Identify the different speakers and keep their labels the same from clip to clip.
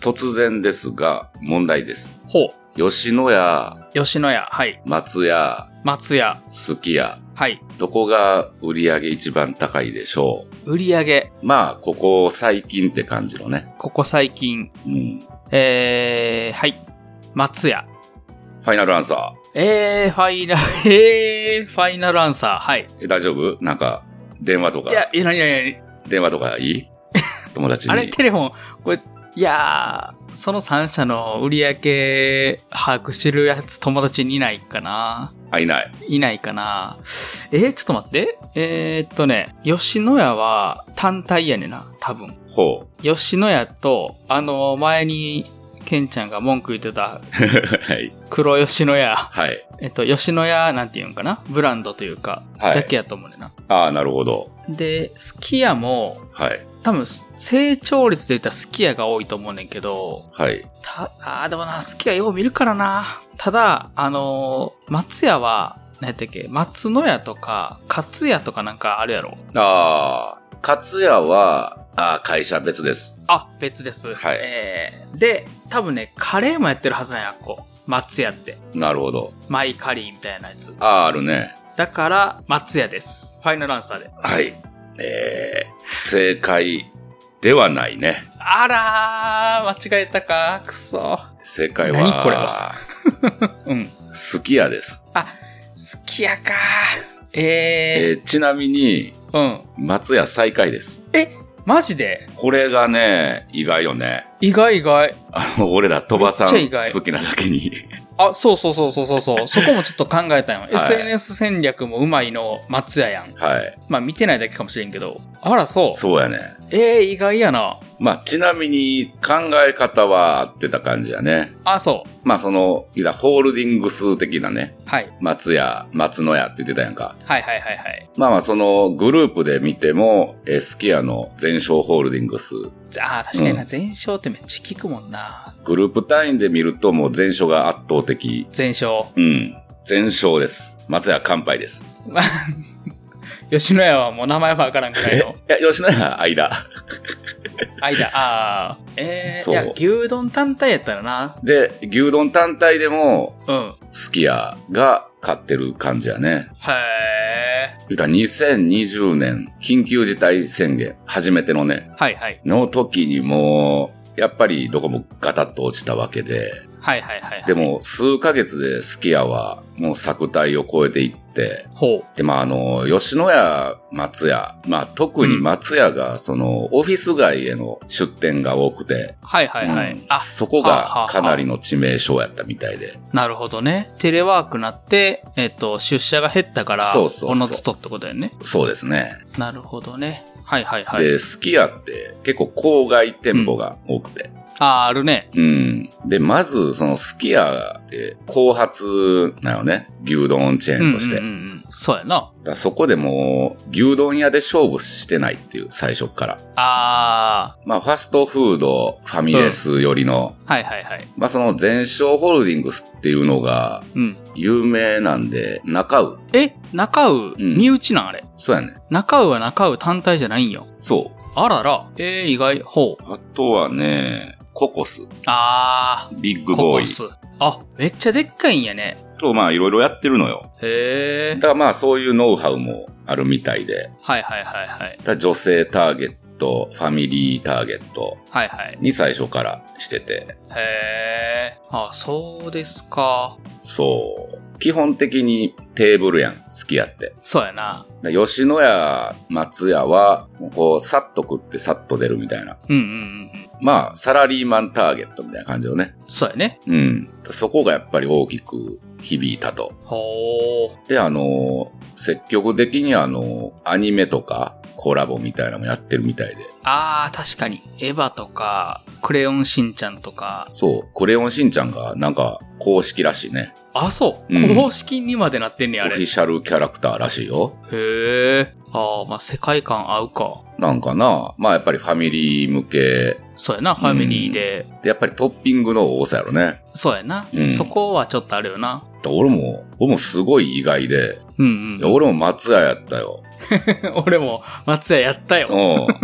Speaker 1: 突然ですが、問題です。
Speaker 2: ほう。
Speaker 1: 吉野家、
Speaker 2: 吉野家、はい。
Speaker 1: 松屋、
Speaker 2: 松屋、
Speaker 1: すき家、
Speaker 2: はい。
Speaker 1: どこが売り上げ一番高いでしょう
Speaker 2: 売り上げ、
Speaker 1: まあ、ここ最近って感じのね。
Speaker 2: ここ最近、
Speaker 1: うん。フ
Speaker 2: えー、はい。松屋。
Speaker 1: ァイナルアンサ
Speaker 2: えー、ファイナ、 えー、ファイナルアンサー、はい。
Speaker 1: ー。え大丈夫なんか、電話とか
Speaker 2: い、や、え、なになになに
Speaker 1: 電話とかい い友達に。
Speaker 2: あれ、テレフォン、これ、いやー、その3社の売り上げ把握してるやつ友達にいないかな。
Speaker 1: あ、いない。
Speaker 2: いないかな。えー、ちょっと待って。えー、っとね、吉野家は単体やねんな、多分。
Speaker 1: ほう。
Speaker 2: 吉野家と、あの、前に、ケンちゃんが文句言ってた、
Speaker 1: はい。
Speaker 2: 黒吉野家。
Speaker 1: はい。
Speaker 2: えっと、吉野家、なんていうんかなブランドというか、
Speaker 1: はい
Speaker 2: だけやと思うねんな。
Speaker 1: ああ、なるほど。
Speaker 2: で、すき家も、
Speaker 1: はい。
Speaker 2: 多分、成長率で言ったらすき家が多いと思うねんけど、
Speaker 1: はい。
Speaker 2: た、あーでもな、すき家よう見るからな。ただ、あのー松屋は、何やったっけ松野屋とか、勝屋とかなんかあるやろ
Speaker 1: ああ、勝也は、ああ、会社別です。
Speaker 2: あ、別です。
Speaker 1: はい
Speaker 2: えー、で、多分ね、カレーもやってるはずなんや、こう。松屋って。
Speaker 1: なるほど。
Speaker 2: マイカリーみたいなやつ。
Speaker 1: ああ、あるね。
Speaker 2: だから、松屋です。ファイナルアンサーで。
Speaker 1: はい。えー、正解ではないね。
Speaker 2: あらー、間違えたか。くそ。
Speaker 1: 正解
Speaker 2: 何これ
Speaker 1: は、
Speaker 2: うん。
Speaker 1: すき家です。
Speaker 2: すき家かー。
Speaker 1: え
Speaker 2: え
Speaker 1: ーちなみに、
Speaker 2: ー、うん。
Speaker 1: 松屋最下位です。
Speaker 2: マジで
Speaker 1: これがね、意外よね。
Speaker 2: 意外意外。
Speaker 1: あの、俺ら鳥羽さん
Speaker 2: めっちゃ意外
Speaker 1: 好きなだけ に。
Speaker 2: あ、そうそうそうそうそ うそう。そこもちょっと考えたんよ。
Speaker 1: い
Speaker 2: SNS 戦略もうまいの松屋やん。
Speaker 1: はい。
Speaker 2: まあ見てないだけかもしれんけど。あら、そう。
Speaker 1: そうやね。
Speaker 2: えー、意外やな。
Speaker 1: まあ、ちなみに考え方は合ってた感じやね。
Speaker 2: あ、そう。
Speaker 1: まあ、その、いわゆるホールディングス的なね、
Speaker 2: はい。
Speaker 1: 松屋、松野屋って言ってたやんか。
Speaker 2: はいはいはいはい。
Speaker 1: まあまあ、そのグループで見ても、えー、スキヤの全商ホールディングス、
Speaker 2: ああ、確かにな、
Speaker 1: うん
Speaker 2: 全勝ってめっちゃ効くもんな。
Speaker 1: グループ単位で見るともう全勝が圧倒的。
Speaker 2: 全勝。
Speaker 1: うん。全勝です。松屋乾杯です。
Speaker 2: 吉野家はもう名前はわからんくらい
Speaker 1: え
Speaker 2: の
Speaker 1: いや、吉野家、間。
Speaker 2: 間。ああ。えー、
Speaker 1: そう
Speaker 2: いや、牛丼単体やったらな。
Speaker 1: で、牛丼単体でも、
Speaker 2: うん。
Speaker 1: スキヤが勝ってる感じやね。
Speaker 2: へ
Speaker 1: 言うたら2020年、緊急事態宣言、初めてのね
Speaker 2: え。、はいはい。
Speaker 1: の時にもう、やっぱりどこもガタッと落ちたわけで、
Speaker 2: はいはいはい、はい。
Speaker 1: で。も数ヶ月でスキヤはもう作体を超えていって、
Speaker 2: ほう。
Speaker 1: で、まあ、あの、吉野家、松屋、まあ、特に松屋が、その、オフィス街への出店が多くて、
Speaker 2: はいはいはい。
Speaker 1: うん
Speaker 2: あ、
Speaker 1: そこ
Speaker 2: はあはあは
Speaker 1: が
Speaker 2: あ
Speaker 1: かなりの致命傷やったみたいで、
Speaker 2: なるほどね。テレワークなって、えっ、と、出社が減ったから、
Speaker 1: そうそうそう
Speaker 2: おのずとってことだよね。
Speaker 1: そうですね。
Speaker 2: なるほどね。はいはいはい。
Speaker 1: で、すき家って結構郊外店舗が多くて、
Speaker 2: ああ、あるね。
Speaker 1: うん。で、まず、そのすき家って、後発なよね。牛丼チェーンとして。
Speaker 2: うんうんうんうん、そうやな。
Speaker 1: だからそこでもう、牛丼屋で勝負してないっていう、最初っから。
Speaker 2: あ
Speaker 1: まあ、ファストフード、ファミレス寄りの、
Speaker 2: あ、はいはいはい。
Speaker 1: まあ、その全商ホールディングスっていうのが
Speaker 2: うん。
Speaker 1: 有名なんで、中う。
Speaker 2: え、中尾、
Speaker 1: うん
Speaker 2: 身内なんあれ。
Speaker 1: そうやね。
Speaker 2: 中尾は中尾単体じゃないんよ。
Speaker 1: そう。
Speaker 2: あらら。えー、意外。ほう。
Speaker 1: あとはね、ココス、
Speaker 2: あ
Speaker 1: ビッ
Speaker 2: ー、
Speaker 1: グボーイ
Speaker 2: ココス。あ、めっちゃでっかいんやね。
Speaker 1: と、まあ、いろいろやってるのよ。
Speaker 2: へ
Speaker 1: だ
Speaker 2: ー。
Speaker 1: からまあ、そういうノウハウもあるみたいで、
Speaker 2: はいはいはいはい。
Speaker 1: だから女性ターゲット、ファミリーターゲット
Speaker 2: はいはい。
Speaker 1: に最初からしてて、
Speaker 2: へー。あ、そうですか。
Speaker 1: そう。基本的にテーブルやん、好きやって。
Speaker 2: そうやな。
Speaker 1: だから吉野家、松屋は、こう、さっと食ってさっと出るみたいな。
Speaker 2: うんうんうんうん。
Speaker 1: まあ、サラリーマンターゲットみたいな感じよね。
Speaker 2: そうやね。
Speaker 1: うん。そこがやっぱり大きく響いたと。
Speaker 2: ほー。
Speaker 1: で、あの、積極的にあの、アニメとかコラボみたいなのもやってるみたいで。
Speaker 2: あー、確かに。エヴァとか、クレヨンしんちゃんとか。
Speaker 1: そう、クレヨンしんちゃんがなんか公式らしいね。
Speaker 2: あ、そう。
Speaker 1: うん
Speaker 2: 公式にまでなってんね
Speaker 1: オ
Speaker 2: や、あれ。
Speaker 1: フィシャルキャラクターらしいよ。
Speaker 2: へえ。ああ、まあ世界観合うか。
Speaker 1: なんかな、まあやっぱりファミリー向け。
Speaker 2: そうやな、ファミリーで。
Speaker 1: で、やっぱりトッピングの多さやろね。
Speaker 2: そうやな、
Speaker 1: うん
Speaker 2: そこはちょっとあるよな。
Speaker 1: だ俺も、俺もすごい意外で。
Speaker 2: うん
Speaker 1: い
Speaker 2: うん
Speaker 1: や。俺も松屋やったよ。
Speaker 2: 俺も松屋やったよ。
Speaker 1: うん。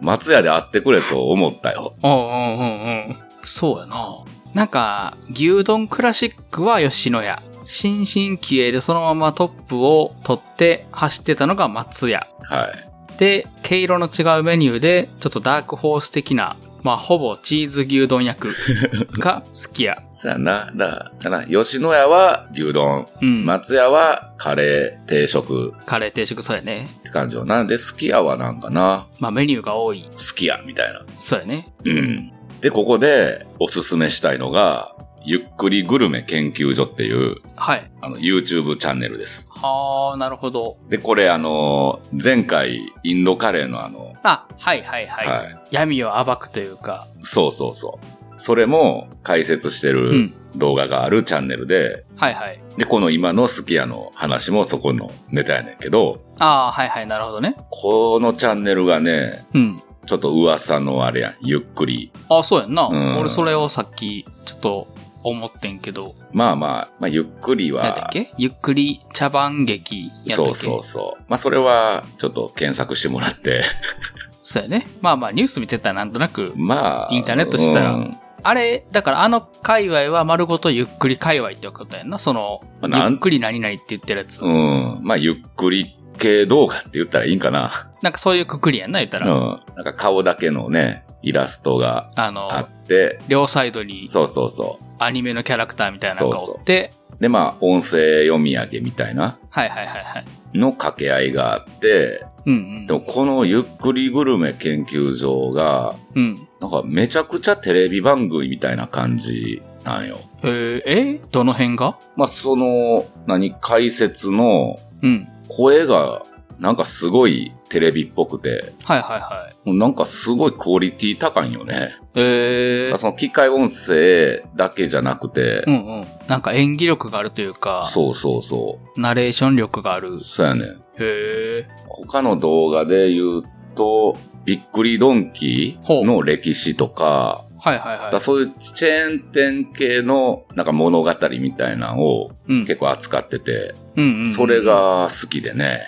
Speaker 1: 松屋で会ってくれと思ったよ。
Speaker 2: うんうんうんうん。そうやな。なんか、牛丼クラシックは吉野家。新進気鋭でそのままトップを取って走ってたのが松屋。
Speaker 1: はい。
Speaker 2: で、毛色の違うメニューで、ちょっとダークホース的な、まあ、ほぼチーズ牛丼役 が好きや。
Speaker 1: そやな。だ、だな。吉野家は牛丼、
Speaker 2: うん。
Speaker 1: 松屋はカレー、定食
Speaker 2: カレー定食そうやね。
Speaker 1: って感じよな。で、すき家はなんかな、
Speaker 2: まあ、メニューが多い。
Speaker 1: すき家みたいな。
Speaker 2: そうやね。
Speaker 1: うん。で、ここでおすすめしたいのが、ゆっくりグルメ研究所っていう、
Speaker 2: はい。
Speaker 1: あの、YouTube チャンネルです。
Speaker 2: はあ、なるほど。
Speaker 1: で、これあの、前回、インドカレーのあの、
Speaker 2: あ、はいはいはい。
Speaker 1: はい。
Speaker 2: 闇を暴くというか。
Speaker 1: そうそうそう。それも解説して
Speaker 2: う
Speaker 1: る
Speaker 2: ん。
Speaker 1: 動画があるチャンネルで、
Speaker 2: はいはい。
Speaker 1: で、この今のすき家の話もそこのネタやねんけど、
Speaker 2: ああ、はいはい、なるほどね。
Speaker 1: このチャンネルがね、
Speaker 2: うん。
Speaker 1: ちょっと噂のあれやん、ゆっくり。
Speaker 2: あ、そうやんな。
Speaker 1: うん
Speaker 2: 俺それをさっき、ちょっと思ってんけど。
Speaker 1: まあまあ、まあ、ゆっくり
Speaker 2: なんだっ
Speaker 1: は、
Speaker 2: けゆっくり茶番劇やったっけ
Speaker 1: そうそうそう。まあそれは、ちょっと検索してもらって、
Speaker 2: そうやね。まあまあ、ニュース見てたらなんとなく。
Speaker 1: まあ。
Speaker 2: インターネットしたら
Speaker 1: うん
Speaker 2: あれ、だからあの界隈は丸ごとゆっくり界隈ってことやんな。その、
Speaker 1: まあなん
Speaker 2: ゆっくり何々って言ってるやつ。
Speaker 1: うん。まあ、ゆっくり系動画って言ったらいいんかな。
Speaker 2: なんかそういうくくりやんな、言った
Speaker 1: うん。
Speaker 2: ら。
Speaker 1: なんか顔だけのね、イラストが
Speaker 2: あの、
Speaker 1: あって、
Speaker 2: 両サイドに
Speaker 1: そうそうそ
Speaker 2: アニメのキャラクターみたいなのがおって、
Speaker 1: う。で、まあ、音声読み上げみたいな
Speaker 2: はいはいはいはい。
Speaker 1: の掛け合いがあって、
Speaker 2: うん
Speaker 1: で
Speaker 2: う
Speaker 1: も
Speaker 2: ん。
Speaker 1: このゆっくりグルメ研究所が、
Speaker 2: うん。
Speaker 1: なんかめちゃくちゃテレビ番組みたいな感じなんよ。
Speaker 2: えー、えーどの辺が
Speaker 1: まあ、その、何、解説の
Speaker 2: うん。
Speaker 1: 声が、なんかすごいテレビっぽくて、
Speaker 2: はいはいはい。
Speaker 1: なんかすごいクオリティ高いんよね。
Speaker 2: えー、
Speaker 1: その機械音声だけじゃなくて、
Speaker 2: うんうん。なんか演技力があるというか、
Speaker 1: そうそうそ
Speaker 2: ナレーション力がある
Speaker 1: う。。そうやねん。
Speaker 2: へえ。
Speaker 1: 他の動画で言うと、びっくりドンキーの歴史とか、
Speaker 2: はいはいは
Speaker 1: だそういうチェーン店系のなんか物語みたいなのを
Speaker 2: い。うん。
Speaker 1: 結構扱ってて、
Speaker 2: うんうん。
Speaker 1: それ。が好きでね。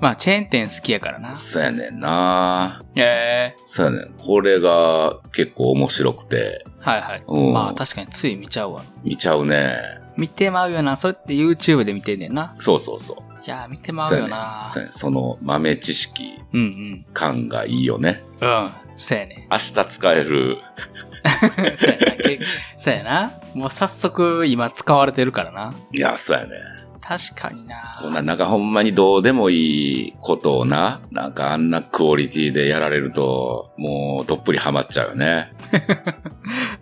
Speaker 2: まあ、チェーン店好きやからな。
Speaker 1: そうやねんな
Speaker 2: へえ。
Speaker 1: そうやねん。これが結構面白くて、
Speaker 2: はいはい。
Speaker 1: うん
Speaker 2: まあ、確かについ見ちゃうわ。
Speaker 1: 見ちゃうね。
Speaker 2: 見てまうよな。それって YouTube で見てんねんな。
Speaker 1: そうそうそう。
Speaker 2: いやー、見てまうよな。
Speaker 1: そうやねんそうやねんその豆知識
Speaker 2: うんうん。
Speaker 1: 感がいいよね。
Speaker 2: うん。そうやね。
Speaker 1: 明日使える。
Speaker 2: そうやな。けそうやな。もう早速、今使われてるからな。
Speaker 1: いや、そうやね。
Speaker 2: 確かにな。
Speaker 1: こんな、なんかほんまにどうでもいいことをな、なんかあんなクオリティでやられると、もうどっぷりハマっちゃうよね。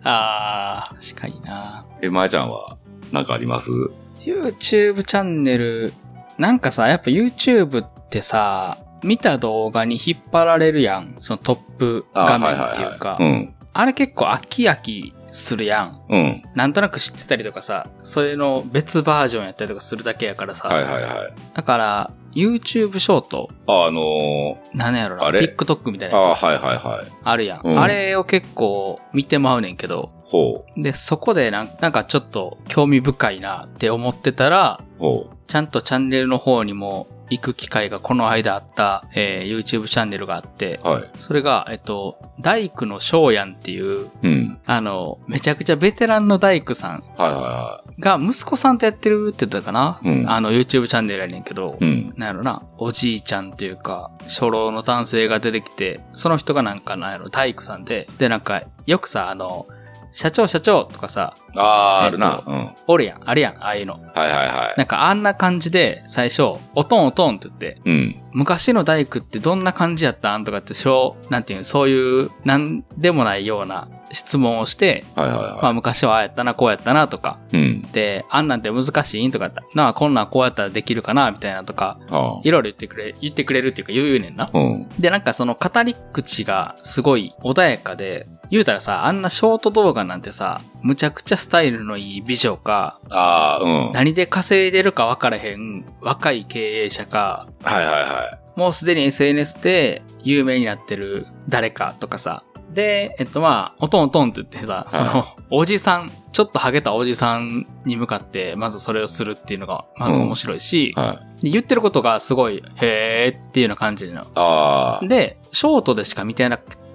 Speaker 2: あー、確かにな。
Speaker 1: え、まえちゃんは、なんかあります
Speaker 2: YouTube チャンネル、なんかさ、やっぱ YouTube ってさ、見た動画に引っ張られるやん。そのトップ画面っていうか。
Speaker 1: うん。
Speaker 2: あれ結構飽き飽きするやん。
Speaker 1: うん。
Speaker 2: なんとなく知ってたりとかさ、それの別バージョンやったりとかするだけやからさ。
Speaker 1: はいはいはい。
Speaker 2: だから、YouTube ショート、
Speaker 1: あ、あのー、
Speaker 2: なんやろな、
Speaker 1: あれ
Speaker 2: TikTok みたいな
Speaker 1: あ
Speaker 2: やつ
Speaker 1: はいはいはい。
Speaker 2: あるやん。
Speaker 1: うん
Speaker 2: あれを結構見てまうねんけど。
Speaker 1: ほう、
Speaker 2: で、そこでなんなんかちょっと興味深いなって思ってたら、
Speaker 1: ほ
Speaker 2: ちゃんとチャンネルの方にも行く機会がこの間あった、えー YouTube チャンネルがあって
Speaker 1: う、、はい。
Speaker 2: それが、えっと、大工の翔やんっていう、
Speaker 1: うん。
Speaker 2: あの、めちゃくちゃベテランの大工さん
Speaker 1: はいは
Speaker 2: が息子さんとやってるって言ってたかな、
Speaker 1: うん
Speaker 2: あの YouTube チャンネルやねんけど、
Speaker 1: いはい。うん。
Speaker 2: なんやろな、おじいちゃんというか、初老の男性が出てきて、その人がなんかなんやろ、大工さんで、でなんか、よくさ、あの、社長社長とかさ、
Speaker 1: あー、ある
Speaker 2: え
Speaker 1: な
Speaker 2: っ。
Speaker 1: うん。
Speaker 2: おるやん、あれやん、ああいうの。
Speaker 1: はいはいはい。
Speaker 2: なんかあんな感じで、最初、おとんおとんって言って、
Speaker 1: うん。
Speaker 2: 昔の大工ってどんな感じやったんとかって、しょう、なんていうの、そういう、なんでもないような質問をして、
Speaker 1: はいはい
Speaker 2: まあ
Speaker 1: は
Speaker 2: 昔はああやったな、こうやったなとか、
Speaker 1: い。うん。
Speaker 2: で、あんなんて難しいんとかやった、なあ、こんなんこうやったらできるかな、みたいなとか、
Speaker 1: はい
Speaker 2: ろいろ言ってくれ、言ってくれるっていうか言うねんな。
Speaker 1: あ。うん。
Speaker 2: で、なんかその語り口がすごい穏やかで、言うたらさ、あんなショート動画なんてさ、むちゃくちゃスタイルのいい美女か、
Speaker 1: ああ、うん。はい
Speaker 2: 何で稼いでるか分からへん若い経営者か、
Speaker 1: はいは
Speaker 2: もうすでに SNS で有名になってる誰かとかさ、
Speaker 1: い。
Speaker 2: で、えっとまあ、おとんおとんって言ってさ、その、おじさん、ちょっとハゲたおじさんに向かって、まずそれをするっていうのが、まあ
Speaker 1: うん
Speaker 2: 面白いし、
Speaker 1: はい。
Speaker 2: で言ってることがすごい、へーっていうような感じなの。
Speaker 1: ああ。
Speaker 2: で、ショートでしか見てなくて、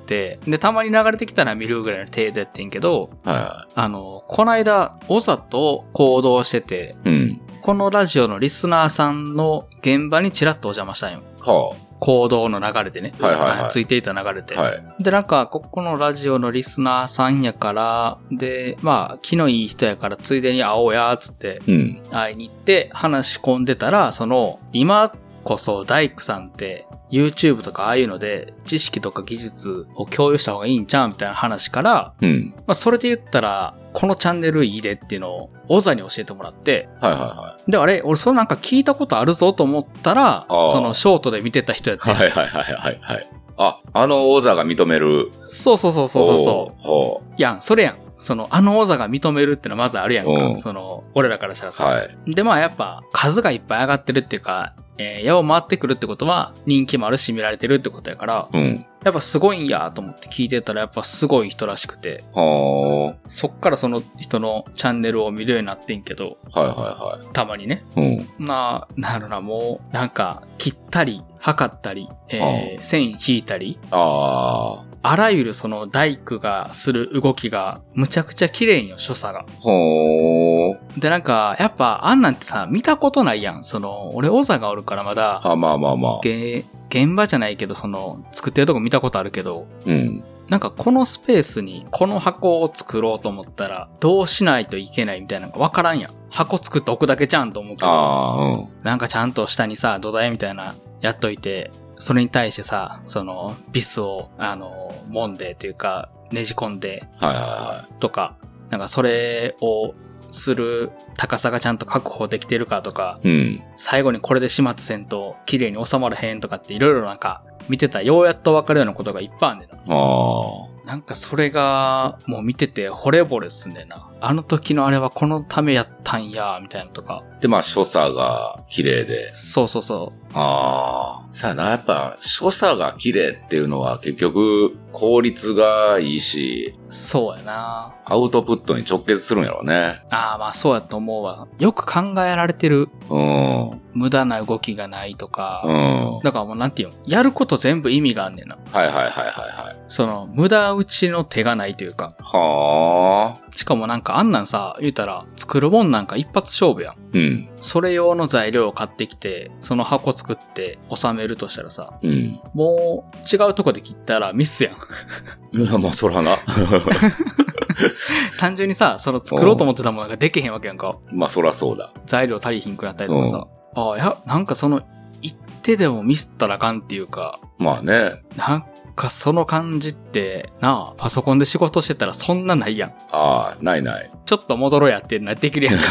Speaker 2: で、たまに流れてきたら見るぐらいの程度やってんけど、
Speaker 1: は
Speaker 2: あの、こないだ、オザと行動してて、
Speaker 1: い。うん。
Speaker 2: このラジオのリスナーさんの現場にちらっとお邪魔したんよ。
Speaker 1: は
Speaker 2: 行動の流れでね。
Speaker 1: はいはいはい
Speaker 2: あついていた流れで。
Speaker 1: あ。はい。
Speaker 2: で、なんか、ここのラジオのリスナーさんやから、で、まあ、気のいい人やから、ついでに会おうや、つって、
Speaker 1: うん。
Speaker 2: 会いに行って話し込んでたら、その、今こそ大工さんって、YouTube とかああいうので、知識とか技術を共有した方がいいんちゃうみたいな話から、
Speaker 1: うん。
Speaker 2: まあ、それで言ったら、このチャンネルいいでっていうのを、オザに教えてもらって、
Speaker 1: はいは
Speaker 2: で、あれ俺、それなんか聞いたことあるぞと思ったら、
Speaker 1: あー
Speaker 2: その、ショートで見てた人やって。
Speaker 1: いはい。はいはいはいはいはい。あ、あの王座が認める。
Speaker 2: そうそうそうそうそうそ
Speaker 1: う。
Speaker 2: う。
Speaker 1: ほ
Speaker 2: いやん、それやん。その、あの王座が認めるってのはまずあるやん
Speaker 1: う
Speaker 2: か。
Speaker 1: ん
Speaker 2: その、俺らからしたら
Speaker 1: う。
Speaker 2: さ。
Speaker 1: はい。
Speaker 2: で、まあやっぱ、数がいっぱい上がってるっていうか、えー、矢を回ってくるってことは、人気もあるし見られてるってことやから、
Speaker 1: うん。
Speaker 2: やっぱすごいんやと思って聞いてたら、やっぱすごい人らしくて、
Speaker 1: ほー。
Speaker 2: そっからその人のチャンネルを見るようになってんけど、
Speaker 1: はいは
Speaker 2: たまにね。
Speaker 1: いはい。うん。
Speaker 2: なあ、なるな、もう、なんか、切ったり、測ったり、えー線引いたり、
Speaker 1: あ
Speaker 2: あらゆるその大工がする動きが、むちゃくちゃ綺麗んよ、所作が。
Speaker 1: ー。ほー。
Speaker 2: で、なんか、やっぱ、あんなんてさ、見たことないやん。その、俺、オザがおるからまだ、
Speaker 1: あ、まあまあまあ。
Speaker 2: げ現場じゃないけど、その、作ってるとこ見たことあるけど、
Speaker 1: うん。
Speaker 2: なんかこのスペースに、この箱を作ろうと思ったら、どうしないといけないみたいなのがわからんやん。箱作っておくだけじゃんと思うけど、
Speaker 1: ああ、うん。
Speaker 2: なんかちゃんと下にさ、土台みたいな、やっといて、それに対してさ、その、ビスを、あの、揉んでというか、ねじ込んで、
Speaker 1: はいは
Speaker 2: とか、なんかそれをする高さがちゃんと確保できてるかとか、
Speaker 1: いはい。うん。
Speaker 2: 最後にこれで始末せんと綺麗に収まらへんとかっていろいろなんか見てたらようやっとわかるようなことがいっぱいあんねんな。
Speaker 1: ああ。
Speaker 2: なんかそれがもう見てて惚れ惚れすんねんな。あの時のあれはこのためやったんや、みたいなとか。
Speaker 1: で、まあ、所作が綺麗で。
Speaker 2: そうそうそう。
Speaker 1: ああ。さあな、やっぱ、所作が綺麗っていうのは結局、効率がいいし、
Speaker 2: そうやな。
Speaker 1: アウトプットに直結するんやろうね。
Speaker 2: ああまあそうやと思うわ。よく考えられてる
Speaker 1: うん。
Speaker 2: 無駄な動きがないとか。
Speaker 1: うん。
Speaker 2: だからもうなんていうのやること全部意味があんねんな。
Speaker 1: はいはいはいはいはい。
Speaker 2: その、無駄打ちの手がないというか。
Speaker 1: はあ。
Speaker 2: しかもなんかあんなんさ、言うたら、作るもんなんか一発勝負やん。
Speaker 1: うん。
Speaker 2: それ用の材料を買ってきて、その箱作って収めるとしたらさ、
Speaker 1: うん。
Speaker 2: もう違うとこで切ったらミスやん。
Speaker 1: いや、まあ、そらな。
Speaker 2: 単純にさ、その作ろうと思ってたものができへんわけやんか。
Speaker 1: まあ、そらそうだ。
Speaker 2: 材料足りひんくなったりとかさ。ああ、いや、なんかその、一手でもミスったらあかんっていうか、
Speaker 1: まあね。
Speaker 2: なんかその感じって、なあ、パソコンで仕事してたらそんなないやん。
Speaker 1: ああ、ないない。
Speaker 2: ちょっと戻ろうやってなできるやんか。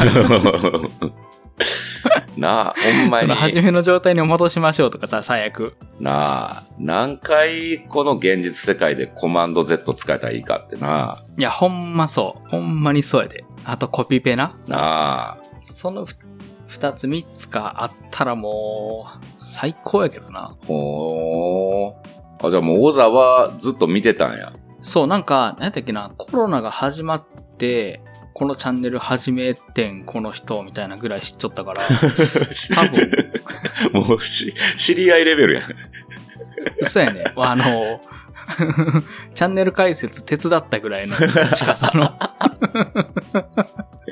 Speaker 1: なあ、ほんま
Speaker 2: そ
Speaker 1: に
Speaker 2: の。初めの状態に戻しましょうとかさ、最悪。
Speaker 1: なあ、何回この現実世界でコマンド Z 使えたらいいかってな。
Speaker 2: いや、ほんまそう。ほんまにそうやで。あとコピペな。
Speaker 1: なあ、
Speaker 2: そのふ二つ三つかあったらもう、最高やけどな。
Speaker 1: ほー。あ、じゃあもう王座はずっと見てたんや。
Speaker 2: そう、なんか、何やったっけな、コロナが始まって、このチャンネル始めてん、この人、みたいなぐらい知っちゃったから、多分、
Speaker 1: もうし、知り合いレベルやん。
Speaker 2: 嘘やね。あの、 チャンネル解説手伝ったぐらいの近さの。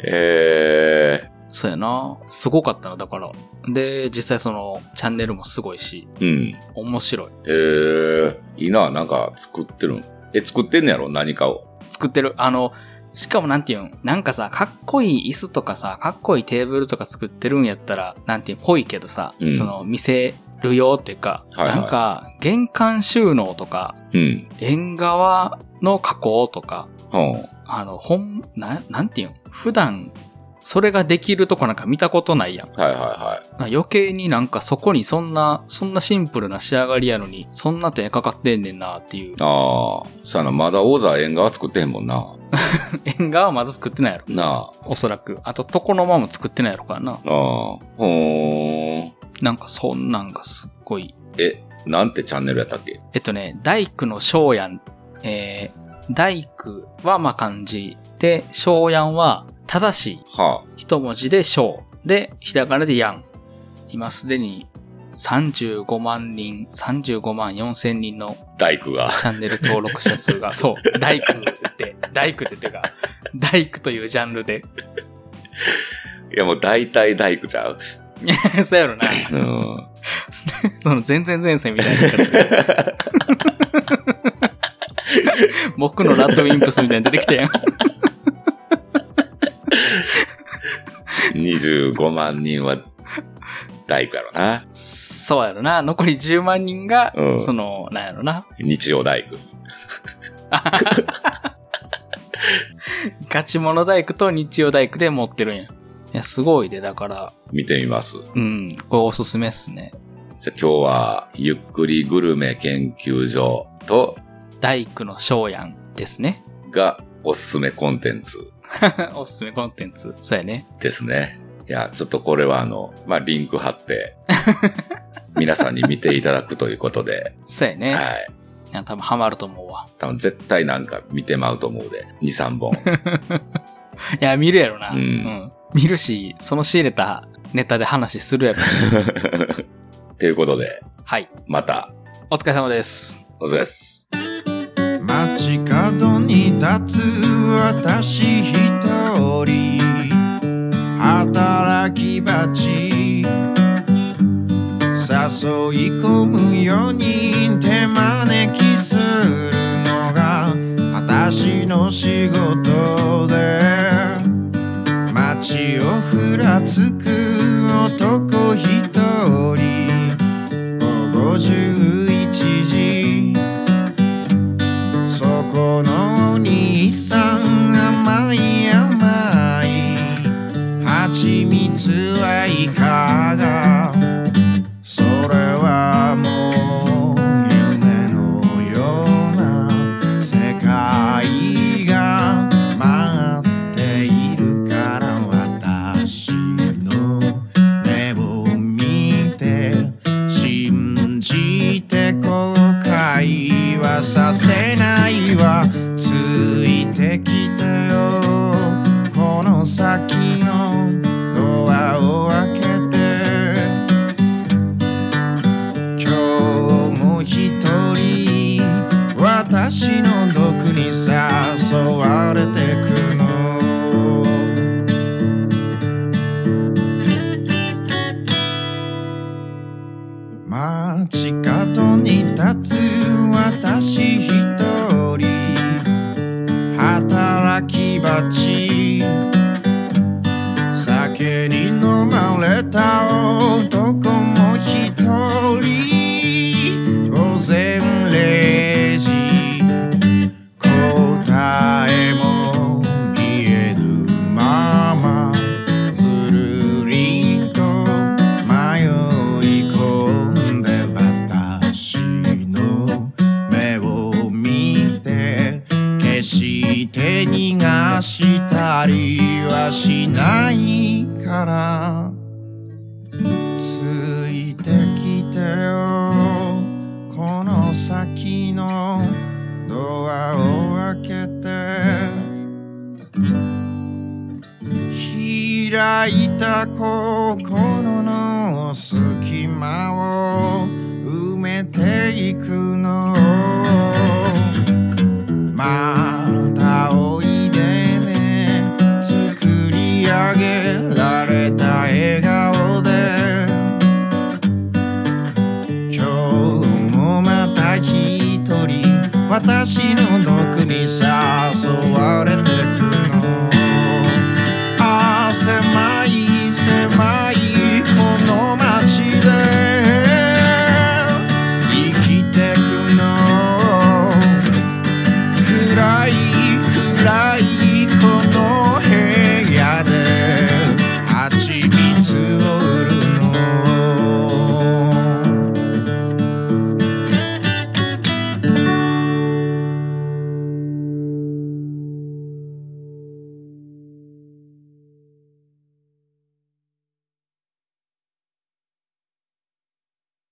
Speaker 1: え
Speaker 2: そうやな。すごかったな、だから。で、実際その、チャンネルもすごいし、
Speaker 1: えうん。
Speaker 2: 面白い。
Speaker 1: ええいいな、なんか作ってるん。え、作ってんねやろ何かを。
Speaker 2: 作ってる。あの、しかもなんていうん、なんかさ、かっこいい椅子とかさ、かっこいいテーブルとか作ってるんやったら、なんていうん、ぽいけどさ、
Speaker 1: うん
Speaker 2: その、見せるよっていうか、
Speaker 1: はいはい
Speaker 2: なんか、玄関収納とか、
Speaker 1: うん。
Speaker 2: 縁側の加工とか、
Speaker 1: うん。
Speaker 2: あの、ほん、なん、なんていうん、普段、それができるとこなんか見たことないやん。
Speaker 1: はいはいは
Speaker 2: な余計になんかそこにそんな、そんなシンプルな仕上がりやのに、そんな手かかってんねんなっていう
Speaker 1: い。。ああ、そやな、まだ王座縁側作ってへんもんな。
Speaker 2: 縁側はまだ作ってないやろ。
Speaker 1: な
Speaker 2: おそらく。あと、床の間も作ってないやろからな。
Speaker 1: あ、ああ、ほーん。
Speaker 2: なんかそんなんがすっごい。
Speaker 1: え、なんてチャンネルやったっけ
Speaker 2: えっとね、大工の翔やんえー、大工はまあ漢字。で、小やんは正しい。
Speaker 1: は
Speaker 2: 一文字で小。で、ひらがなでやん。今すでに35万人、35万4千人の
Speaker 1: あ、大工が。
Speaker 2: チャンネル登録者数が、そう、大工って、大工でってか、大工というジャンルで。
Speaker 1: いやもう大体大工ちゃう。
Speaker 2: そうやろな。
Speaker 1: うん。
Speaker 2: その全然前世みたいなやつが。 僕のラッドウィンプスみたいに出てきたやん。
Speaker 1: 25万人は大工やろな。
Speaker 2: そうやろな。残り10万人が、
Speaker 1: うん
Speaker 2: その、なんやろな。
Speaker 1: 日曜大工。
Speaker 2: ガチモノ大工と日曜大工で持ってるんや。いや、すごいで、だから、
Speaker 1: 見てみます。
Speaker 2: うん、これおすすめっすね。
Speaker 1: じゃあ今日は、ゆっくりグルメ研究所と、
Speaker 2: 大工の翔やんですね。
Speaker 1: がおすすめコンテンツ
Speaker 2: おすすめコンテンツ。そうやね。
Speaker 1: ですね。いや、ちょっとこれはあの、まあ、リンク貼って、 皆さんに見ていただくということで、
Speaker 2: そうや ね。
Speaker 1: はい。
Speaker 2: いや、多分ハマると思うわ。
Speaker 1: 多分絶対なんか見てまうと思うで、2、3本。
Speaker 2: いや、見るやろな。
Speaker 1: うん
Speaker 2: 見るし、その仕入れたネタで話 するやろし。
Speaker 1: ということで、
Speaker 2: はい。
Speaker 1: また、
Speaker 2: お疲れ様です。
Speaker 1: お疲れ様です。
Speaker 3: 街角に立つ私一人働き鉢誘い込むように手招きするのが私の仕事で街をふらつく男一人午後11時そこのお兄さん甘い甘い蜂蜜はいかがそれはもう夢のような世界が待っているから私の目を見て信じて後悔はさせないわついてきてよこの先のドアを開けて今日も一人私の毒に誘われてくの街角に立つ私一人働き鉢酒に飲まれた男も一人午前0時答えも見えぬままずるりと迷い込んで私の目を見て決して逃がしたりはしないからついてきてよこの先のドアを開けて開いた心の隙間を埋めていくのまたおいでね作り上げられた笑顔で今日もまた一人私の毒に誘われて